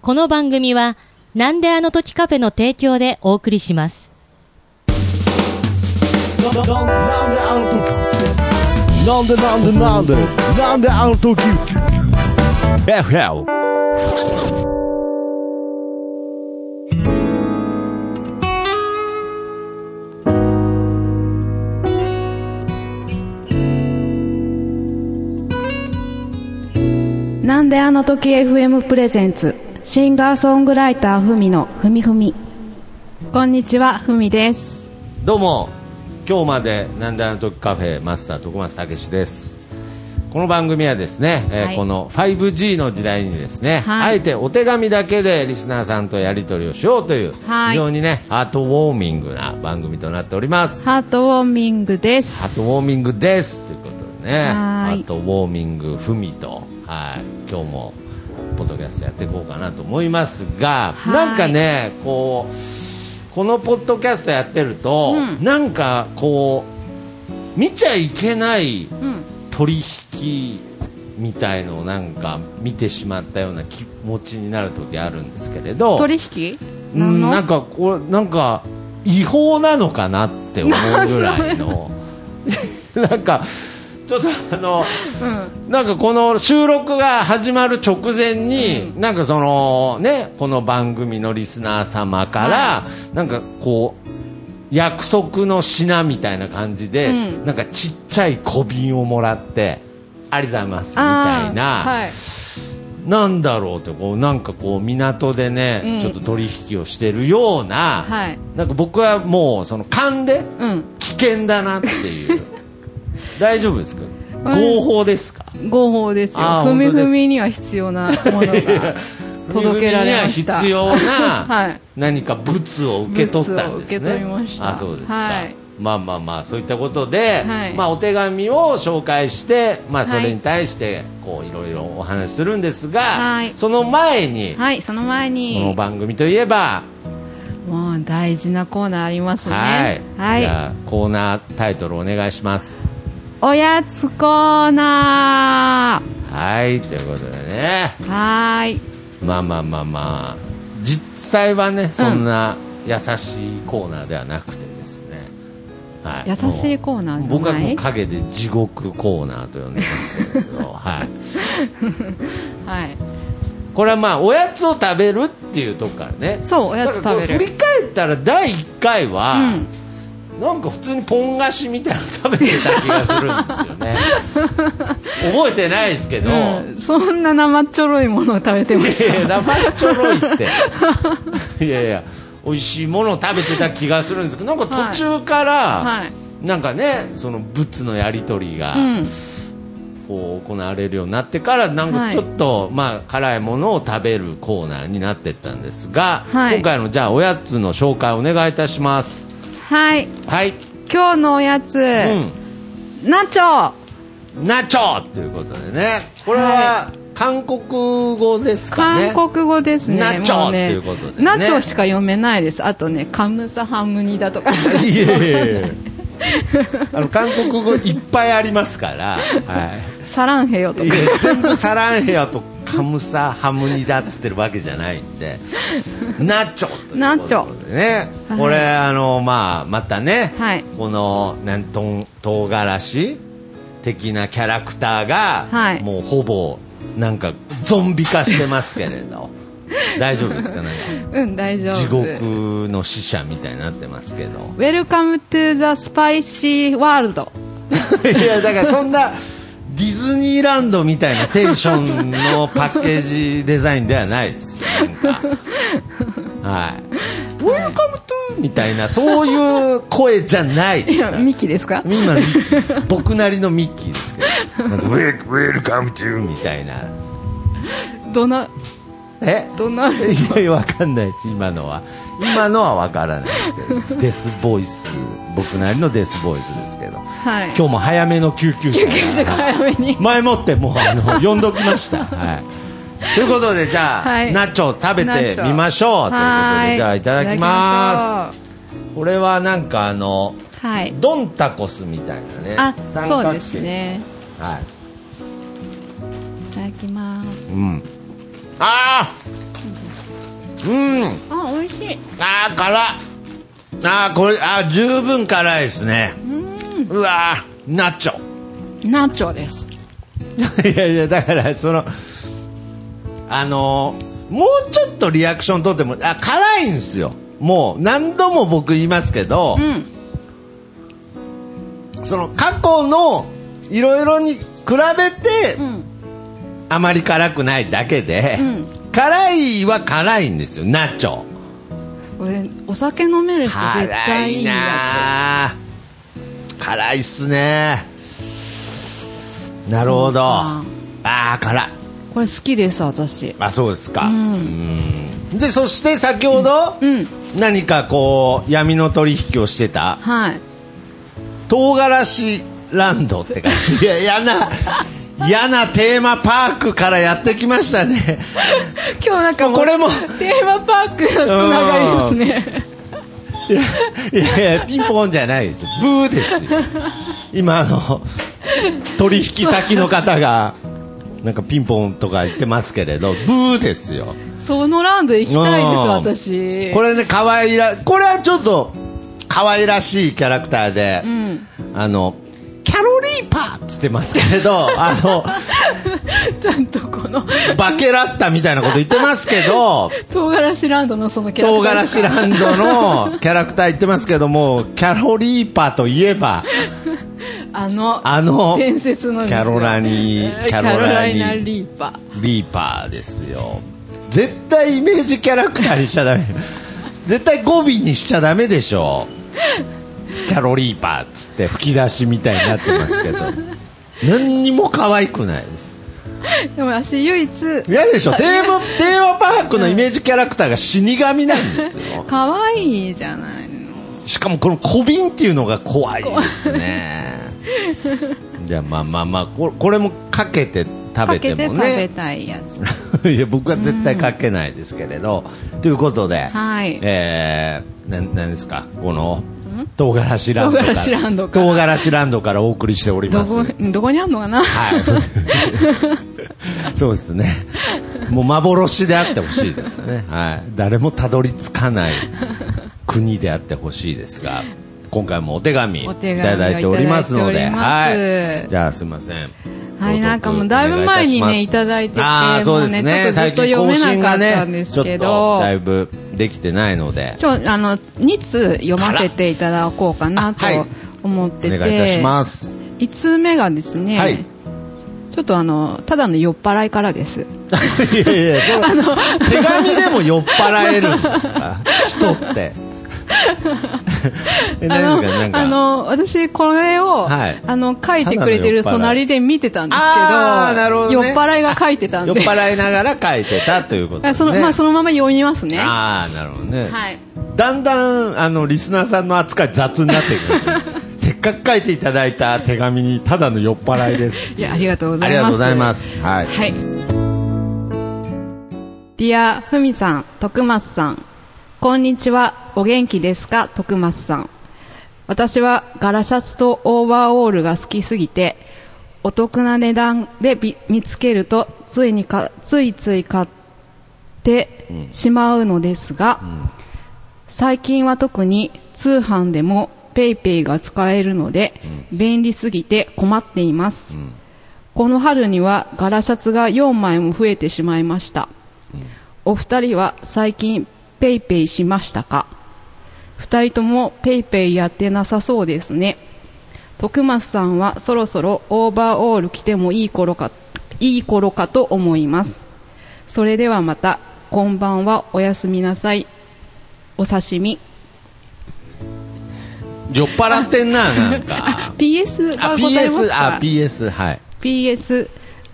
この番組は、なんであの時カフェの提供でお送りします。なんであの時なんでなんでなんでなんであの時 FL なんであの時 FM プレゼンツシンガーソングライターふみのふみふみこんにちはふみですどうも今日までなんであの時カフェマスター徳松たけしですこの番組はですね、えーはいこの 5G の時代にですね、はいあえてお手紙だけでリスナーさんとやり取りをしようという、はい非常にねハートウォーミングな番組となっておりますハートウォーミングです。ハートウォーミングですということでねはいハートウォーミングふみとはい今日もポッドキャストやっていこうかなと思いますがはいなんかねこうこのポッドキャストやってると、なんかこう見ちゃいけないうん。取引みたいのをなんか見てしまったような気持ちになる時あるんですけれど取引う何んのなんかこれなんか違法なのかなって思うぐらいの なんかちょっとあのうん。なんかこの収録が始まる直前に、なんかそのねこの番組のリスナー様から、なんかこう約束の品みたいな感じで、うんなんかちっちゃい小瓶をもらってありがとうございますみあーたいな、はい。なんだろうってこうなんかこう港でね、うんちょっと取引をしてるような、はい。なんか僕はもうその勘でう危険だなっていう 大丈夫ですか合法ですかん。合法ですよあ。ーふみ本当ですふみには必要なものが届けられました。国々には必要な はい。何か物を受け取ったんですね物を受け取りましたあそうですか、はいまあまあまあそういったことで、はいまあ、お手紙を紹介して、まあ、それに対してこういろいろお話しするんですが、はいその前に、 はい、その前このに、番組といえば、もう大事なコーナーありますはいね。、はい。じゃあコーナータイトルお願いしますおやつコーナはいということでねーはーい。まあまあまあまあ実際はねそんな優しいコーナーではなくてですね、はい、優しいコーナーじゃない僕はもう陰で地獄コーナーと呼んでますけれ ど、はい、はい。これはまあおやつを食べるっていうとこからねそう、おやつ食べだからこれ振る。り返ったら第1回うは、ん。なんか普通にポン菓子みたいなの食べてた気がするんですよ ね覚えてないですけど、うん、そんな生ちょろいものを食べてましい やいやた。生ちょろいっていやいや美味しいものを食べてた気がするんですけどなんか途中から、はい。なんかねその物のやり取りが、うん。こう行われるようになってからなんかはいちょっと、まあ、辛いものを食べるコーナーになってったんですが、はい今回のじゃあおやつの紹介お願いいたしますはい。はい、今日のおやつ、うナチョん、ナチョということでねこれは韓国語ですかね韓国語ですね。ナチョもねっていうことですねナチョしか読めないです。あとね、カムサハムニだとか。 いやいやいやあの韓国語いっぱいありますから、はサランヘヨとい、いか。や全部サランヘアとカムサハムニだっつってるわけじゃない んでナチョということでねナチョこれあの、まあ、またね、はいこのなんとん唐辛子的なキャラクターが、はいもうほぼなんかゾンビ化してますけれ ど大丈夫ですかなんかうん、大丈夫。地獄の使者みたいになってますけどウェルカムトゥザスパイシーワールド。いやだからそんなディズニーランドみたいなテンションのパッケージデザインではないですよなんかはい「ウェルカムトゥ」みたいなそういう声じゃないでいすや、からミキですか今のミッキー僕なりのミッキーですけど なんかウェル「ウェルカムトゥ」みたいなどな、えどないやいやわかんないです今のは今のはわからないですけどデスボイス僕なりのデスボイスですけどはい。今日も早めの救急車救急車早めに。前もってもうあの呼んどきま した。はいということでじゃあ、はいナチョ食べてみましょうということは。でじゃあいただきますこれはなんかあのいただきましょうはい。ドンタコスみたいなねあ、三角形そうですね。はいただきます。うんああうんあ美味しいあー辛あーこれあー十分辛いですねうわーナチョナチョです いやいやだからそのあのーもうちょっとリアクション取ってもあ辛いんですよもう何度も僕言いますけど、うんその過去のいろいろに比べて、んあまり辛くないだけで、ん辛いは辛いんですよナチョこれお酒飲める人絶辛対いいいやなあ辛いっすねなるほどあそあー辛いつこれ好きです私あそうですか、うんでそして先ほど、うん何かこう闇の取引をしてたはい唐辛子ランドって感 じいや嫌な嫌なテーマパークからやってきましたね今日なんかうこれもテーマパークのつながりですねいやいやピンポンじゃないですよブーですよ今あの取引先の方がなんかピンポンとか言ってますけれどブーですよそのランド行きたいんですう私んこれね可愛いらこれはちょっと可愛らしいキャラクターで、んあのキャロリーパーっつってますけれ どあのちゃんとこのバケラッタみたいなこと言ってますけど 唐辛子ランドのそのキャラ唐クター辛子ランドのキャラクター言ってますけどもキャロリーパーといえば あのあの伝説のキャロラニキキャャロロララニイナリーパリーパーですよ絶対イメージキャラクターにしちゃダメ絶対語尾にしちゃダメでしょキャロリーパーっつって吹き出しみたいになってますけど何にも可愛くないですーでも私唯一嫌でしょテーマテーマパークのイメージキャラクターが死神なんですよ可愛いじゃないのしかもこの小瓶っていうのが怖いですねじゃあまあまあまあこれこれもかけて食べかけてても食べねたいやつ いや僕は絶対かけないですけれど、ということで、はいえー、ななんですかこの唐辛子ランド唐辛子ランドから唐辛子ランドからお送りしておりどますこどこにあんのかなはい、そうですねもう幻であってほしいですね、はい、誰もたどり着かない国であってほしいですが今回もお手紙いおた手紙をだいておりますのいただでいておりますはい、じゃあすいませんはい、なんかもうだいぶお願前いいたしにますね、いただいてて、あーもそううですちょっねとずっ最と近読更め新なかがったんでねちょすっけとど、だいぶできてないので今日、あの、2通読ませていただこうかなとあはい思っておて、願いいたします1通目がですね、はいちょっとあの、ただの酔っ払いからです。 いやいやその手紙でも酔っ払えるんですか人ってえ あ何ですかなの、んかあの私、これを、はいあの、書いてくれてるただの酔っ払い隣で見てたんですけど、あーなるほどね酔っ払いが書いてたん 酔っで、払いながら書いてたということですそのね。まあ、そのまま読みますね。はああ、なるほどね。い。だんだん、あの、リスナーさんの扱い雑になって いくんですよ。せっかく書いていただいた手紙に、ただの酔っ払いですって。いうやありがとうございますありがとうございます。はい。はい。ディア、ふみさん、徳松さん。こんにちは。お元気ですか徳松さん。私はガラシャツとオーバーオールが好きすぎて、お得な値段でび見つけると、ついにか、ついつい買ってしまうのですが、最近は特に通販でも PayPay が使えるので、便利すぎて困っています。この春にはガラシャツが4枚も増えてしまいました。お二人は最近 PayPay しましたか二人とも PayPay やってなさそうですね。徳松さんはそろそろオーバーオール着てもいい頃か、いい頃かと思います。それではまた、こんばんは、おやすみなさい。お刺身。酔っ払ってんな、な んか。 PS あ、がございまし PS、たあ、PS、はい。 PS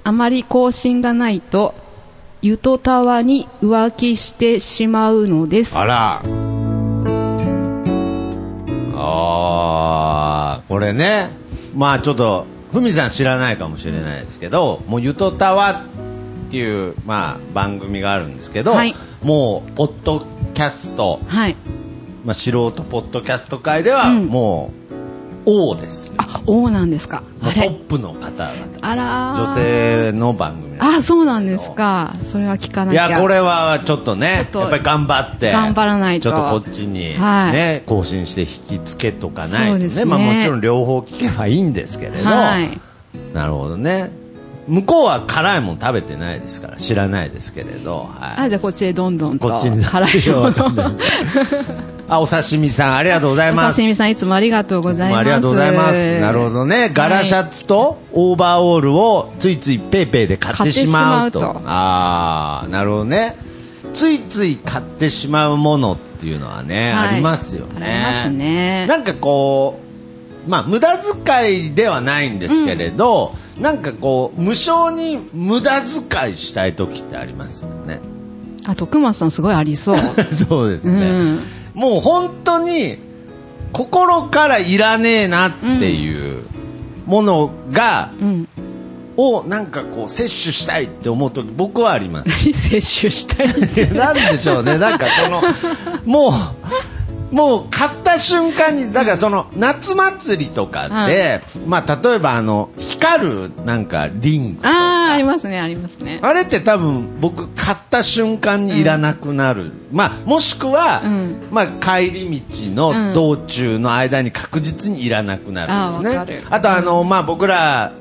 あまり更新がないとゆとたわに浮気してしまうのですあら。あー、これね。まあちょっと、ふみさん知らないかもしれないですけど、もうゆとたわっていう、まあ番組があるんですけど、はいもう、ポッドキャスト、はいまあ素人ポッドキャスト界では、うんもう、王ですよ。あ王なんですかもあうトれップの方々です。あらー女性の番組なんねあそうなんですかそれは聞かないきゃやこれはちょっとちょっねとやっぱり頑張って頑張らないとちょっとこっちに、はいね、更新して引き付けとかないとそうでねすねまあ、もちろん両方聞けばいいんですけれど、はいなるほどね向こうは辛いもん食べてないですから知らないですけれど、はい、あじゃあこっちへどんどんとこっちに辛いわかもんなのいですあお刺身さんありがとうございまおす刺身さんいつもありがとうごいつざいまもすありがとうございます。なるほどね。ガラシャツとオーバーオールをついついペイペイで買ってしまうと。買ってしまうとああ、なるほどね。ついつい買ってしまうものっていうのはね、はいありますよね。ありますねなんかこう、まあ、無駄遣いではないんですけれど、なんかこう、無償に無駄遣いしたい時ってありますよね。あ徳松さんすごいありそう そうですうね。んもう本当に心からいらねえなっていうものが、うんをなんかこう摂取したいって思う時僕はあります 摂取したいってなんでしょうねなんかそのもうもう買った瞬間にだからその夏祭りとかで、まあ例えばあの光るなんかリング ああありますねありますねあれって多分僕買った瞬間にいらなくなる、まあ、もしくは、うんまあ、帰り道の道中の間に確実にいらなくなるんですね、あーわかるあとあの、まあ、僕ら、えー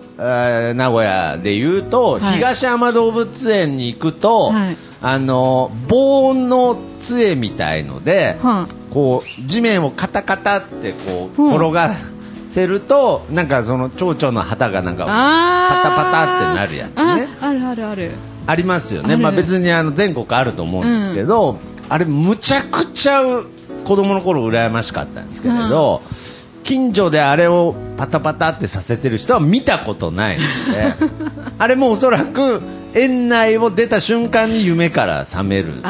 名古屋で言うと、はい東山動物園に行くと、はいあの棒の杖みたいので、はあこう地面をカタカタってこう、うん転がせるとなんかその蝶々の旗がなんかあパターパタってなるやつね。ああるあるあるありますよあね、るまあ、別にあの全国あると思うんですけど、あれ、むちゃくちゃ子供の頃羨ましかったんですけれど、近所であれをパタパタってさせてる人は見たことない のであれもおそらく園内を出た瞬間に夢から覚めると思うんですよね。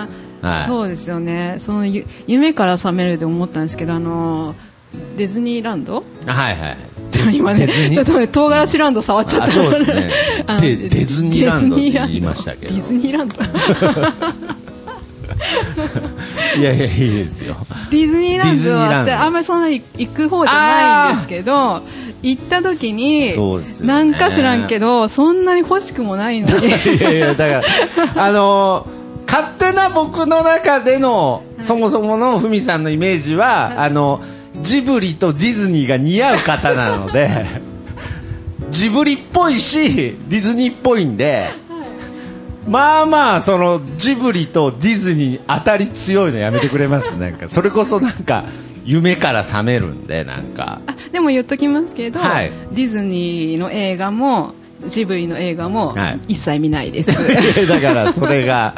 ああ、はいそうですよねそのゆ夢から覚めるって思ったんですけどあのディズニーランドはいはい今ねディズニちょっーとね唐辛子ランド触っちゃったあそうですね あのデディズニーランドって言いましたけどディズニー ランドデいやいやいいですよィズニーランドはディズニーランド私あんまりそんなに行く方じゃないんですけど行った時にそうですよねなんか知らんけどそんなに欲しくもない のにいやいやだからあのー勝手な僕の中での、そもそものふみさんのイメージは、あのジブリとディズニーが似合う方なので ジブリっぽいしディズニーっぽいんで。まあまあそのジブリとディズニーに当たり強いのやめてくれますなんかそれこそなんか夢から覚めるんでなんかでも言っときますけど、はいディズニーの映画もジブリの映画もはい一切見ないです、いやだからそれが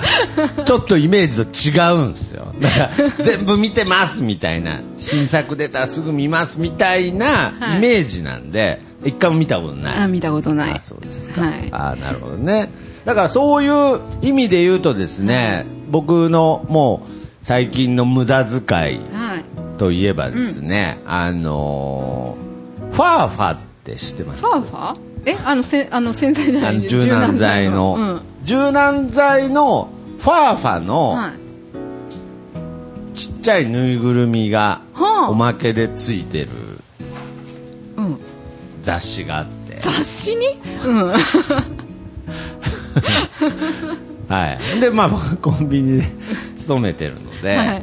ちょっとイメージと違うんですよだから全部見てますみたいな新作出たらすぐ見ますみたいなはいイメージなんで、一回も見たことないあ見たことないあそうですか、はいあなるほどねだからそういう意味で言うとですね、僕のもう最近の無駄遣いはいといえばですね、あのーファーファって知ってますファーファーえあのせあの洗剤じゃなあいの柔軟剤の、柔軟剤のファーファうん、のはいちっちゃいぬいぐるみがはあおまけでついてるうん、雑誌があって、雑誌に、うん、はい、でまあ僕コンビニで 勤めてるので、はい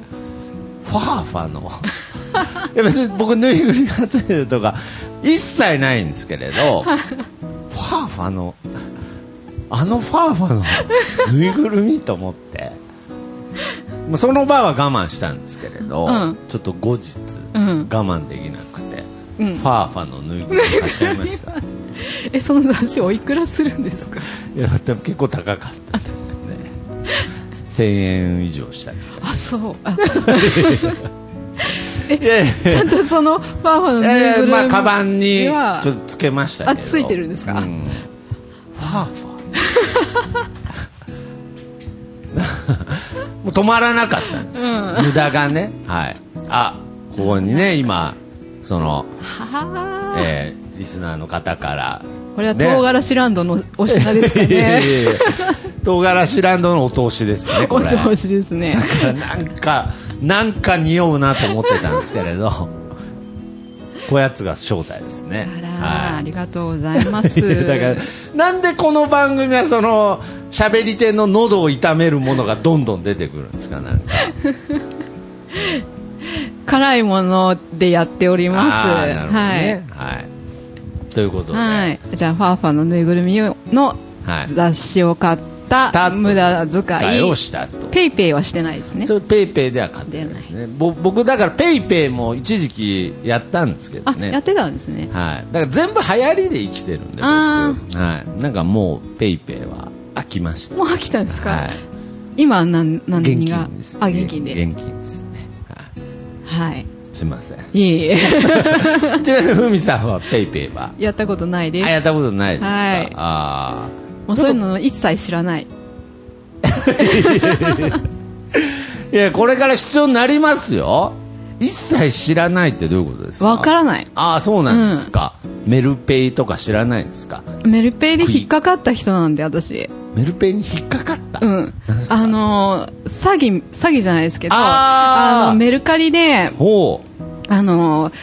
ファーファの いや別に僕ぬいぐるみがついてるとか一切ないんですけ れどファーファのあの ファーファのぬいぐるみと思ってもうその場は我慢したんですけれど、うんちょっと後日、うん我慢できなくて、うんファーファのぬいぐるみ買っちゃいま したいえその雑誌おいくらするんです かやでも結構高かったです ね1000円以上したけどあ そうあいやいやちゃんとそのファーファーのいぬいやぐるみいやまあカバンにちょはっとつけましたけどあついてるんですかうんファーファーもう止まらなかったんです、無駄がねはいあここにね今その、はあえーリスナーの方からこれはね唐辛子ランドのお品ですかいやね いやいや唐辛子ランドのお通しですねこおれ通しですね だからなんかなんか匂うなと思ってたんですけれどこやつが正体ですねあら、はあいりがとうございます。いや だからなんでこの番組はその喋り手の喉を痛めるものがどんどん出てくるんですかなんか辛いものでやっております。あーなるほどね、はいということで、はい。はい。じゃあ、ファーファーのぬいぐるみのはい雑誌を買った、た無駄遣い。をしたとペイペイはしてないですねそ。れペイペイでは買ってないですねぼ僕だからペイペイも一時期やったんですけどあ、ねやってたんですね。はい、だから全部流行りで生きてるんで僕あはい、なんかもうペイペイは飽きましたもう飽きたんですか、はい今何、何現が金です、ね、あ、現金で。現金ですね、はい、はい。すいませんいえいえ。 ちなみにふみさんはペイペイはやったことないであやっす。たことないですか、はいあもうそういうの一切知らない。ーいやこれから必要になりますよ一切知らないってどういうことですかわからない。ああそうなんですか、メルペイとか知らないんですかメルペイで引っかかった人なんで、私。メルペイに引っかかった、うんなんす。かあのー、詐欺、詐欺じゃないですけど、あーの、メルカリで、ほうあのー、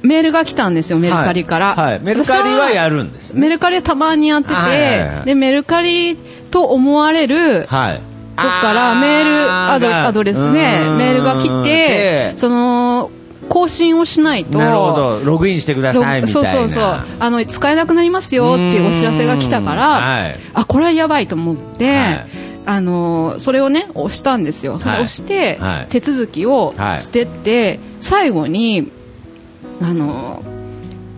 メールが来たんですよ、メルカリから。はいはいメルカリはやる。るんですねメルカリはたまにやってて、はいはいはいで、メルカリと思われる、はいとこからメールアドアドレスでメールが来て、その更新をしないとなるほどログインしてくだログさいみたいなそうそうそうあの使えなくなりますよっていうお知らせが来たから、うーんはいあこれはやばいと思って、はいあのそれをね押したんですよ、はい押して、はい手続きをしてって、最後にあの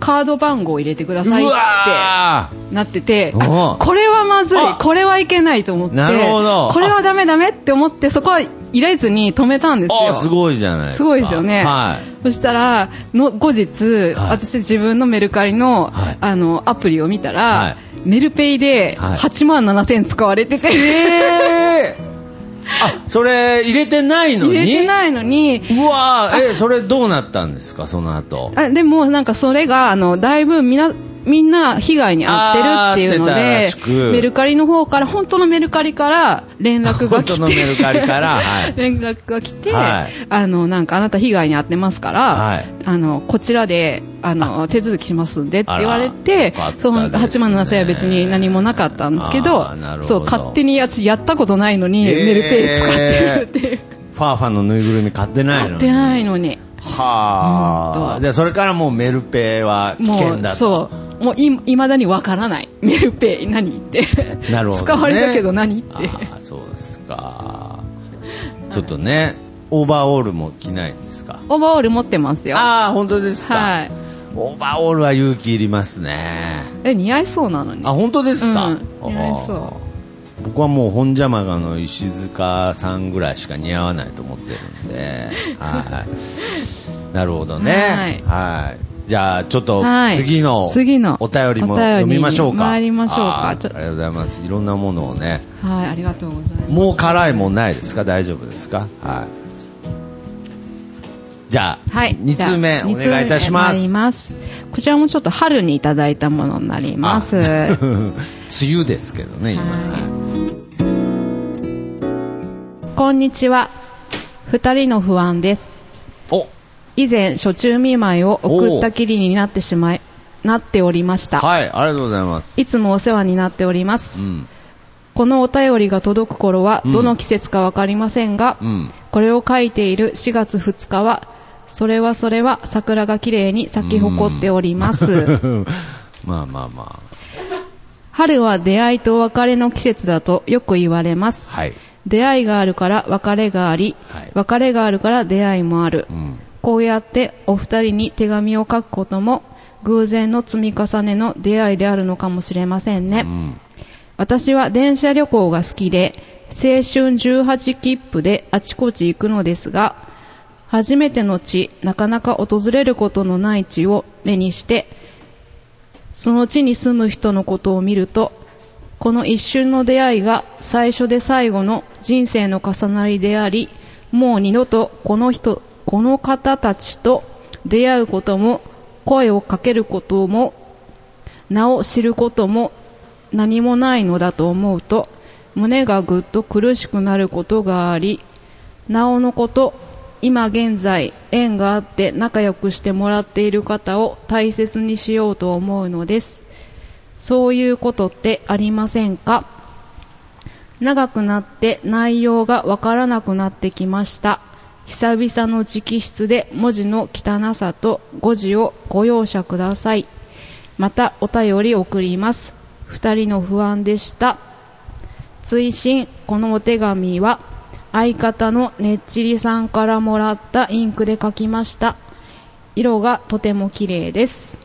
カード番号を入れてくださいっうてわなってて、おあうこれはまずいあ、これはいけないと思って、なるほどこれはダメダメって思って、そこは入れずに止めたんですーあよ。ーすごいじゃないですすかごいですよね。はいそしたら、の後日、はい私自分のメルカリの、はいあの、アプリを見たら、はいメルペイではい8万7千使われてて、えーあそれ入れてないのに 入れてないのに、うわーえそれどうなったんですかその後あでもなんかそれがあのだいぶみなみんな被害に遭ってるっていうのあーで遭ってたらしくメルカリの方から本当のメルカリから連絡が来て本当のメルカリからはい 連絡が来て、はいあのなんかあなた被害に遭ってますから、はいあのこちらであの手続きしますんでって言われあてらよかったですねその8万7000円は別に何もなかったんですけどあーなるほどそう勝手にやつやったことないのに、メルペイ使ってるっていうファーファーのぬいぐるみ買ってないの買っにてないのに。はほんあとでそれからもうメルペイは危も険うだとそうもういいまだにわからないメルペイ何ってなるほど、ね、使われたけど何っあてーそうですかちょっとねオーバーオールも着ないんですかオーバーオール持ってますよああ本当ですか、はいオーバーオールは勇気いりますねえ似合いそうなのにあ本当ですか、うん似合いそうあー僕はもう本邪魔がの石塚さんぐらいしか似合わないと思ってるん ではいなるほどねはいはいじゃあちょっとはい次の次のお便りもお便りに読みましょうか参りましょうかあーありちょがとうございますいろんなものをねはいありがとうございますもう辛いもんないですか大丈夫ですかはいじゃあ、はい2じゃあ通目お二通目願いいたしま参りすますこちらもちょっと春にいただいたものになりますは梅雨ですけどね今い こんにちは二人の不安ですお以前初中見舞いを送ったきりになってしまいなっておりました、はいありがとうございますいつもお世話になっております、んこのお便りが届く頃はどの季節かわかりませんが、んこれを書いている4月2日はそれはそれは桜が綺麗に咲き誇っております、 まあまあま春は出会いと別れの季節だとよく言われます、あはい出会いがあるから別れがあり、はい別れがあるから出会いもある、んこうやってお二人に手紙を書くことも偶然の積み重ねの出会いであるのかもしれませんね、私は電車旅行が好きで青春18切符であちこち行くのですが初めての地なかなか訪れることのない地を目にしてその地に住む人のことを見ると、この一瞬の出会いが最初で最後の人生の重なりであり、もう二度とこの人、この方たちと出会うことも、声をかけることも、名を知ることも何もないのだと思うと、胸がぐっと苦しくなることがあり、なおのこと、今現在縁があって仲良くしてもらっている方を大切にしようと思うのですそういうことってありませんか長くなって内容がわからなくなってきました久々の直筆で文字の汚さと誤字をご容赦くださいまたお便り送ります二人の不安でした追伸このお手紙は相方のねっちりさんからもらったインクで書きました色がとても綺麗です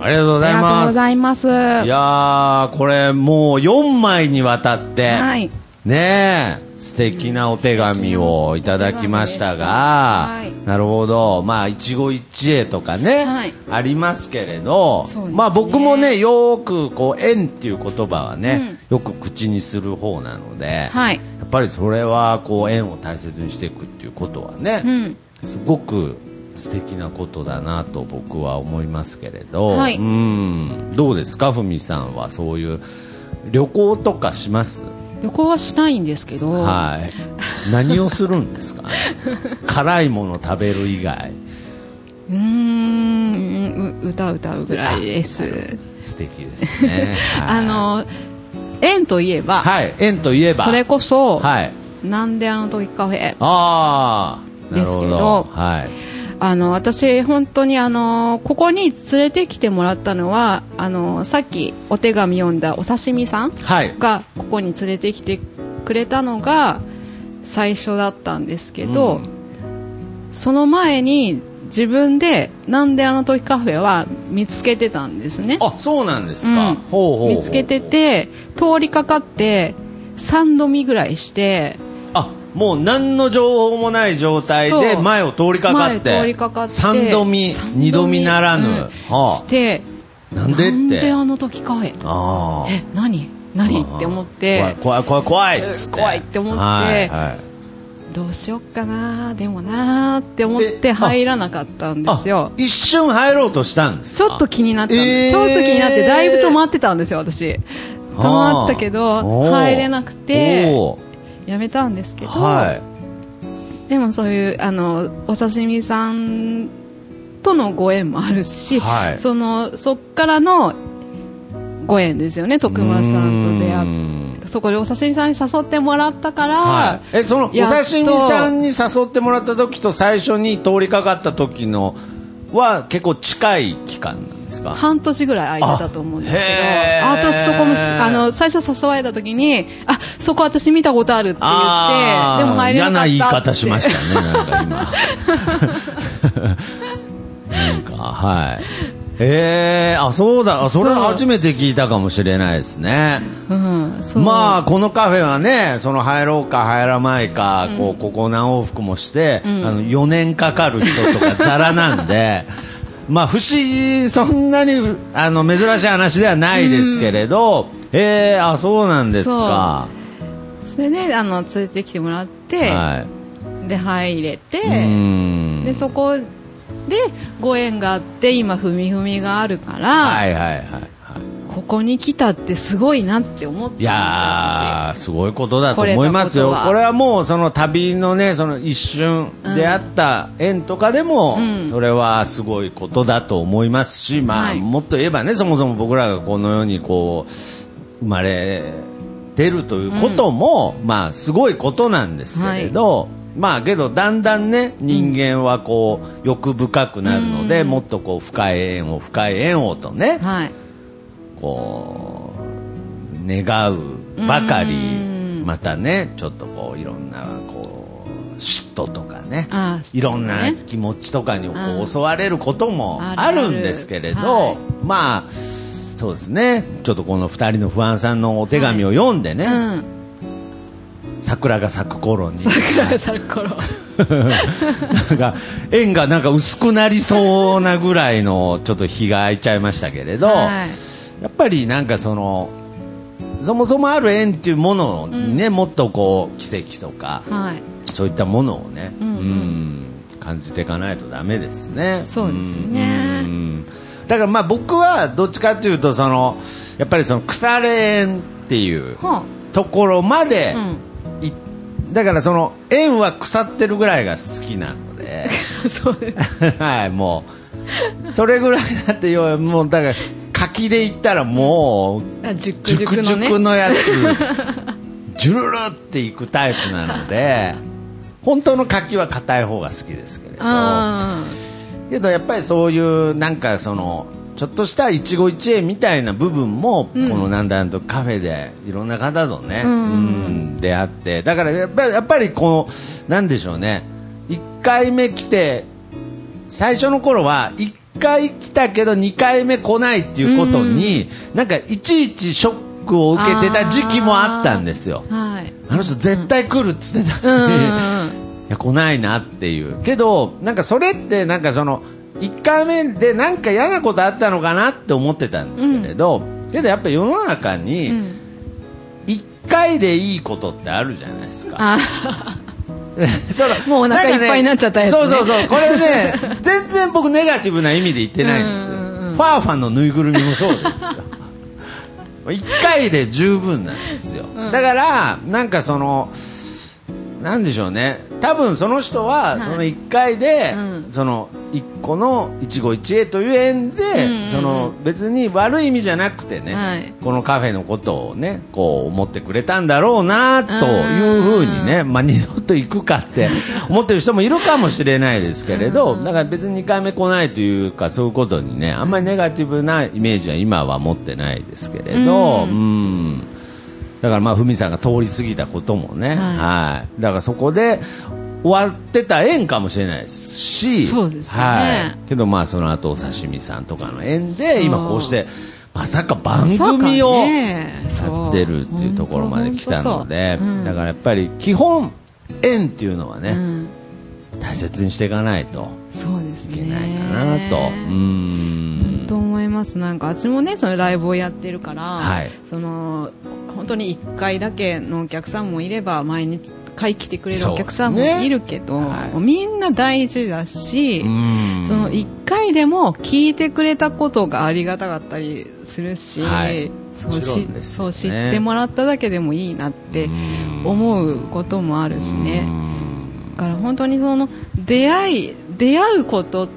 ありがとあうごりざいがとうまごすざいますいやーこれもう4枚にわたって、はいねえ素敵なお手紙をいただきましたが、はいなるほどまあ一期一会とかね、はいありますけれど、そうですねまあ僕もねよーくこう縁っていう言葉はね、よく口にする方なので、はいやっぱりそれはこう縁を大切にしていくっていうことはね、うんすごく素敵なことだなと僕は思いますけれど、はいうんどうですかふみさんはそういう旅行とかします旅行はしたいんですけど、はい何をする んですか辛いもの食べる以外うーんう歌歌うぐらいです素敵で すねあはいの縁といえば、はい縁といえばそれこそ、はいなんであの時カフェああなるほですけどはいあの私本当にあのここに連れてきてもらったのはあのさっきお手紙読んだお刺身さんはいがここに連れてきてくれたのが最初だったんですけど、うんその前に自分でなんであの時カフェは見つけてたんですねあそうなんですか、うんほうほうほう見つけてて通りかかって3度見ぐらいしてあもう何の情報もない状態でそう前を通りかかって前通りかかって三度見三二度見ならぬ、うんはしてあ、なんでってなんであの時カフェああえ何何って思って怖い怖い怖い怖いっつって怖いって思ってはいはいどうしよっかなでもなーって思っであて入らなかったんであすよ一瞬入ろうとしたんですちょっと気になったんで、えーちょっと気になってだいぶ止まってたんですよ私止まったけああおどー入れなくておーやめたんですけど、はいでもそういうあのお刺身さんとのご縁もあるし、はいそのそっからのご縁ですよね徳間さんと出会ってそこでお刺身さんに誘ってもらったから、はい、えそのおやっと刺身さんに誘ってもらった時と最初に通りかかった時のは結構近い期間なんですか半年ぐらい空いてたと思うんですけどへーあ私そこもあの最初誘われた時にあそこ私見たことあるって言ってでも入れなかったって嫌な言い方しましたね、なんか今。なんか、はい。えー、あ、そうだ、あそれは初めて聞いたかもしれないですね。うんそうまあ、このカフェはね、その入ろうか入らないか、こう、ここ何往復もして、あの、4年かかる人とかザラなんで、 まあ、不思議、そんなに、あの、珍しい話ではないですけれど、えー、あ、そうなんですか。それであの連れてきてもらって、はい。で入れて、うんでそこでご縁があって今ふみふみがあるから、はいはいはいはいここに来たってすごいなって思っていやーすごいことだと思いますよこれだことこはれはもうその旅のねその一瞬であった縁とかでも、うんそれはすごいことだと思いますし、まあはいもっと言えばねそもそも僕らがこの世にこう生まれてるということも、まあすごいことなんですけれど、まあけどだんだんね人間はこう欲深くなるので、もっとこう深い縁を深い縁をとね、私はいこう願うばかりうんまたねちょっとこういろんなこう嫉妬とかねあーいろんな嫉妬ね気持ちとかにこううん襲われることもあるあるんですけれど、はいまあそうですねちょっとこの2人の不安さんのお手紙を読んでね、うん桜が咲く頃に桜が咲く 頃なんか縁がなんか薄くなりそうなぐらいのちょっと日が空いちゃいましたけれど、はいやっぱりなんかそのそもそもある縁っていうものにね、もっとこう奇跡とかはいそういったものをね、うんうんうん感じていかないとダメですね。そうですねうんだからまあ僕はどっちかというとそのやっぱりその腐れ縁っていうはところまでうん いだからその縁は腐ってるぐらいが好きな のでそうですはいもうそれぐらいだって要はもうだから柿で言ったらもうあ熟熟熟のね々のやつジュルルっていくタイプなので本当の柿は硬い方が好きですけれどあけどやっぱりそういうなんかそのちょっとした一期一会みたいな部分も、このなんだなんとカフェでいろんな方とね、うん出会ってだからやっぱりやっぱりこのなんでしょうね1回目来て最初の頃は1回来たけど2回目来ないっていうことに、なんかいちいちショックを受けてた時期もあったんですよー。はいあの人絶対来るっつってたうんうのに、んいや来ないなっていうけどなんかそれってなんかその1回目でなんか嫌なことあったのかなって思ってたんですけれど、けどやっぱ世の中うんうにん1回でいいことって あるじゃないですか。あその もうお腹いっぱいになっちゃったやつねなんかそうそうそうこれね 全然僕ネガティブな意味で言ってないんですよ、うんうんうんファーファンのぬいぐるみもそうですよ1回で十分なんですよ、だからなんかそのなんでしょうね多分その人はその1回で、うんその1個の一期一会という縁で、うんうんその別に悪い意味じゃなくてね、はいこのカフェのことをねこう思ってくれたんだろうなというふうにね、まあ、二度と行くか って思ってる人もいるかもしれないですけれど、だから別に2回目来ないというかそういうことにねあんまりネガティブなイメージは今は持ってないですけれど、うんうんだからまあふみさんが通り過ぎたこともね、はいいだからそこで終わってた縁かもしれないですしそうですねはい、けどまあその後お刺身さんとかの縁で今そうこうしてまさか番組をまさかねそうやってるっていうところまで来たので、本当本当そううんだからやっぱり基本縁っていうのはうね、ん大切にしていかないとそうですねいけないかなと、うんと思いますなんか私もねそのライブをやってるから、はいその本当に1回だけのお客さんもいれば毎日回来てくれるお客さんもそうですねいるけど、はいみんな大事だし、うんその1回でも聞いてくれたことがありがたかったりするし、はいそうもちしろんですよそうね知ってもらっただけでもいいなって思うこともあるしね、だから本当にその出会い出会うことって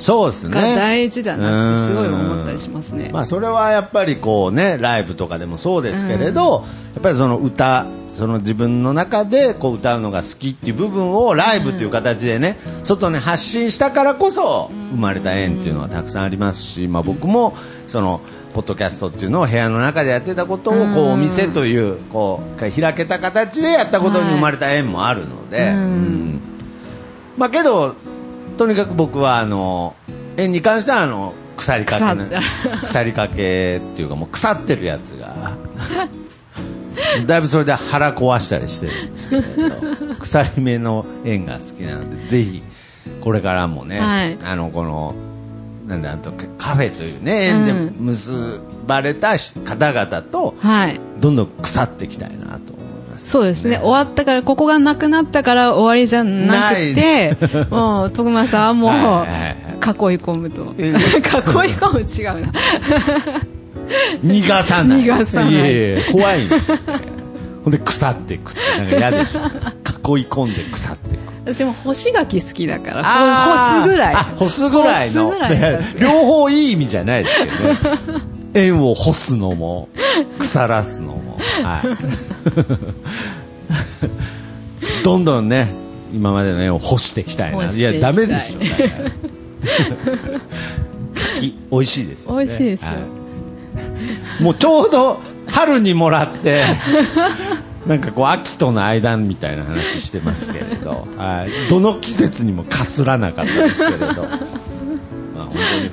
そうですねが大事だなってすごい思ったりしますね。まあ、それはやっぱりこうねライブとかでもそうですけれど、やっぱりその歌その自分の中でこう歌うのが好きっていう部分をライブという形でね、外に発信したからこそ生まれた縁っていうのはたくさんありますし、まあ、僕もそのポッドキャストっていうのを部屋の中でやってたことをこうお店というこう開けた形でやったことに生まれた縁もあるので、はいうんうんまあけどとにかく僕はあの縁に関してはあの腐りかけな 腐りかけっていうかもう腐ってるやつがだいぶそれで腹壊したりしてるんですけれど腐り目の縁が好きなのでぜひこれからもね、はいあのこのなんだあとカフェというね縁でう結ばれたし方々とはい。どんどん腐っていきたいなと思います。そうですね。終わったから、ここがなくなったから終わりじゃなくて、 もう、徳間さんはもう、囲いはいはい込むと。え囲い込む違うな。逃がさない逃がさないええ怖いんですよねほんで腐っていくってなんか嫌でし ょ囲い込んで腐っていく私も干し柿好きだから、あー干すぐらいあ。干すぐらいの干すぐらいですね両方いい意味じゃないですけどね縁を干すのも腐らすのもはい どんどんね今までの縁を干していきたいな干いしていきたいやダメで しょだから柿美味しいですよね美味しいですよはいもうちょうど春にもらってなんかこう秋との間みたいな話してますけれど、 はい、どの季節にもかすらなかったですけれど、 まあ、本当に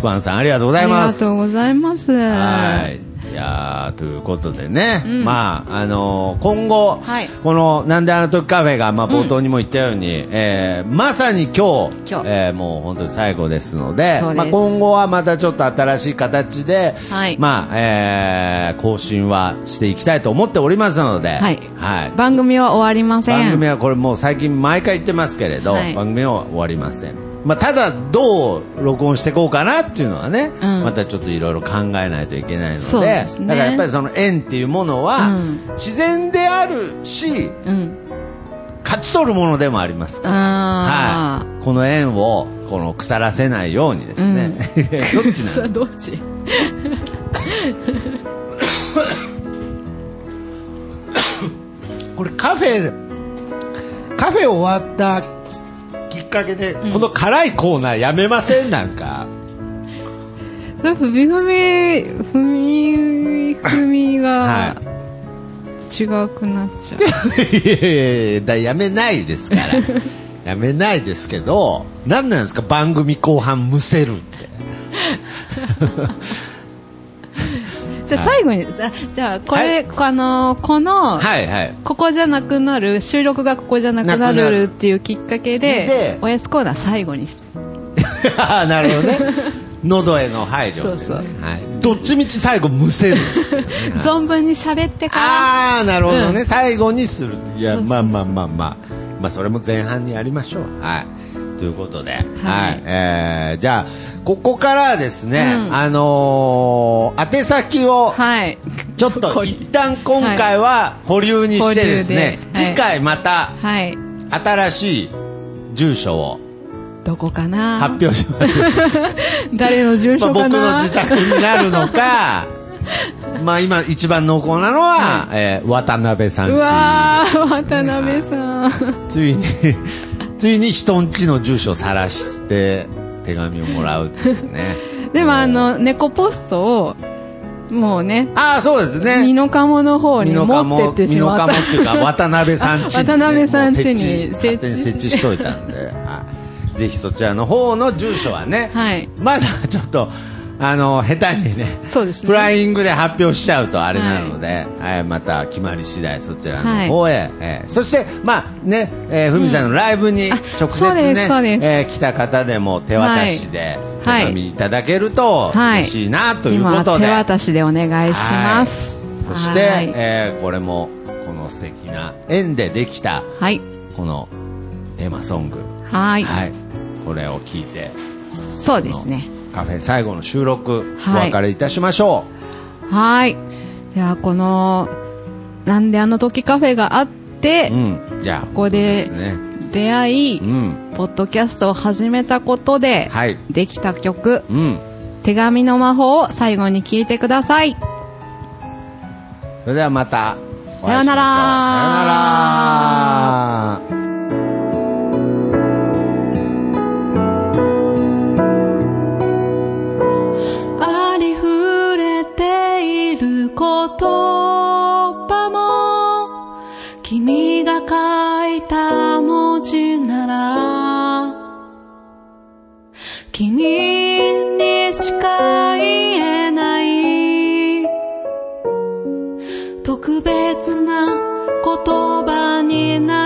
不安さんありがとうござあいりまがす。とうございます。はいいやーということでね、まああのー今後、はいこの「なんであの時カフェが」まあ、冒頭にも言ったように、えーまさに今日今日えーもう本当に最後ですのでそうですまあ、今後はまたちょっと新しい形で、はいまあえー更新はしていきたいと思っておりますので、はいはい、番組は終わりません。番組はこれもう最近毎回言ってますけれど、はい番組は終わりませんまあ、ただどう録音していこうかなっていうのはね、うんまたちょっといろいろ考えないといけないそのうでですねだからやっぱりその縁っていうものは、うん自然であるしうん。勝ち取るものでもありますからあはい、この縁をこの腐らせないようにですね、どっあ。ちな さあ、のどっち これカフェカフェ終わったきっかけで、この辛いコーナーやめませんなんかそれ、ふみふみ、ふみふみが は違くなっちゃう。いやいやいやだやめないですから やめないですけど何なんですか番組後半むせるってじゃあ最後に、さじゃあこれ、あのーこの、はいはい ここじゃなくなる収録がここじゃなくななくなるるっていうきっかけででおやつコーナー最後にああなるほ どね喉への配慮でね、そうそうはい、どっちみち最後むせるんですよね存分に喋ってかああなるほどね、うん最後にするっていやそうそうまあまあまあまあまあそれも前半にやりましょうはいということで、はいえーじゃあここからはですね、うんあのー宛先を、らはいちょっと一旦今回は保留にしてですね、保留ではい次回またはい新しい住所をどこかな発表し ます。誰の住まあ、所僕かな、の自宅になるの か、まあ今一番濃厚なのは、えー渡辺さん う家。わー渡辺さん。ついに、 ついに人んちの住所を晒して手紙をもらうっていうね でもあ、の猫ポストをもうねああ、そうですね。二の鴨の方に二の持ってってしまった二の鴨っていうか渡辺さんちに、渡辺さん家にもう設置勝手に設置しといたんで、 はいぜひそちらの方の住所はね、はいまだちょっとあの下手にね。 そうですねフライングで発表しちゃうとあれなので、はいまた決まり次第そちらの方へ、えーそして、まあねえーふみさんのライブにあ直接そうでねすそうですえー来た方でも手渡しで手はい紙いただけるとはい嬉しいなという今こはとで、手渡しでお願いしますそして、はいえーこれもこの素敵な縁でできたはいこのテーマソング、はい、これを聞いてそうですねカフェ最後の収録、はいお別れいたしましょはい。では、この、なんであの時カフェがあって、う、うん、じゃあこここでそうですね出会い、うんポッドキャストを始めたことで、はいできた曲、うん手紙の魔法を最後に聞いてください。それではまたおさよ会いしましょううならさよならありふれている言葉も君が書いた文字なら君にしか言えない特別な言葉にな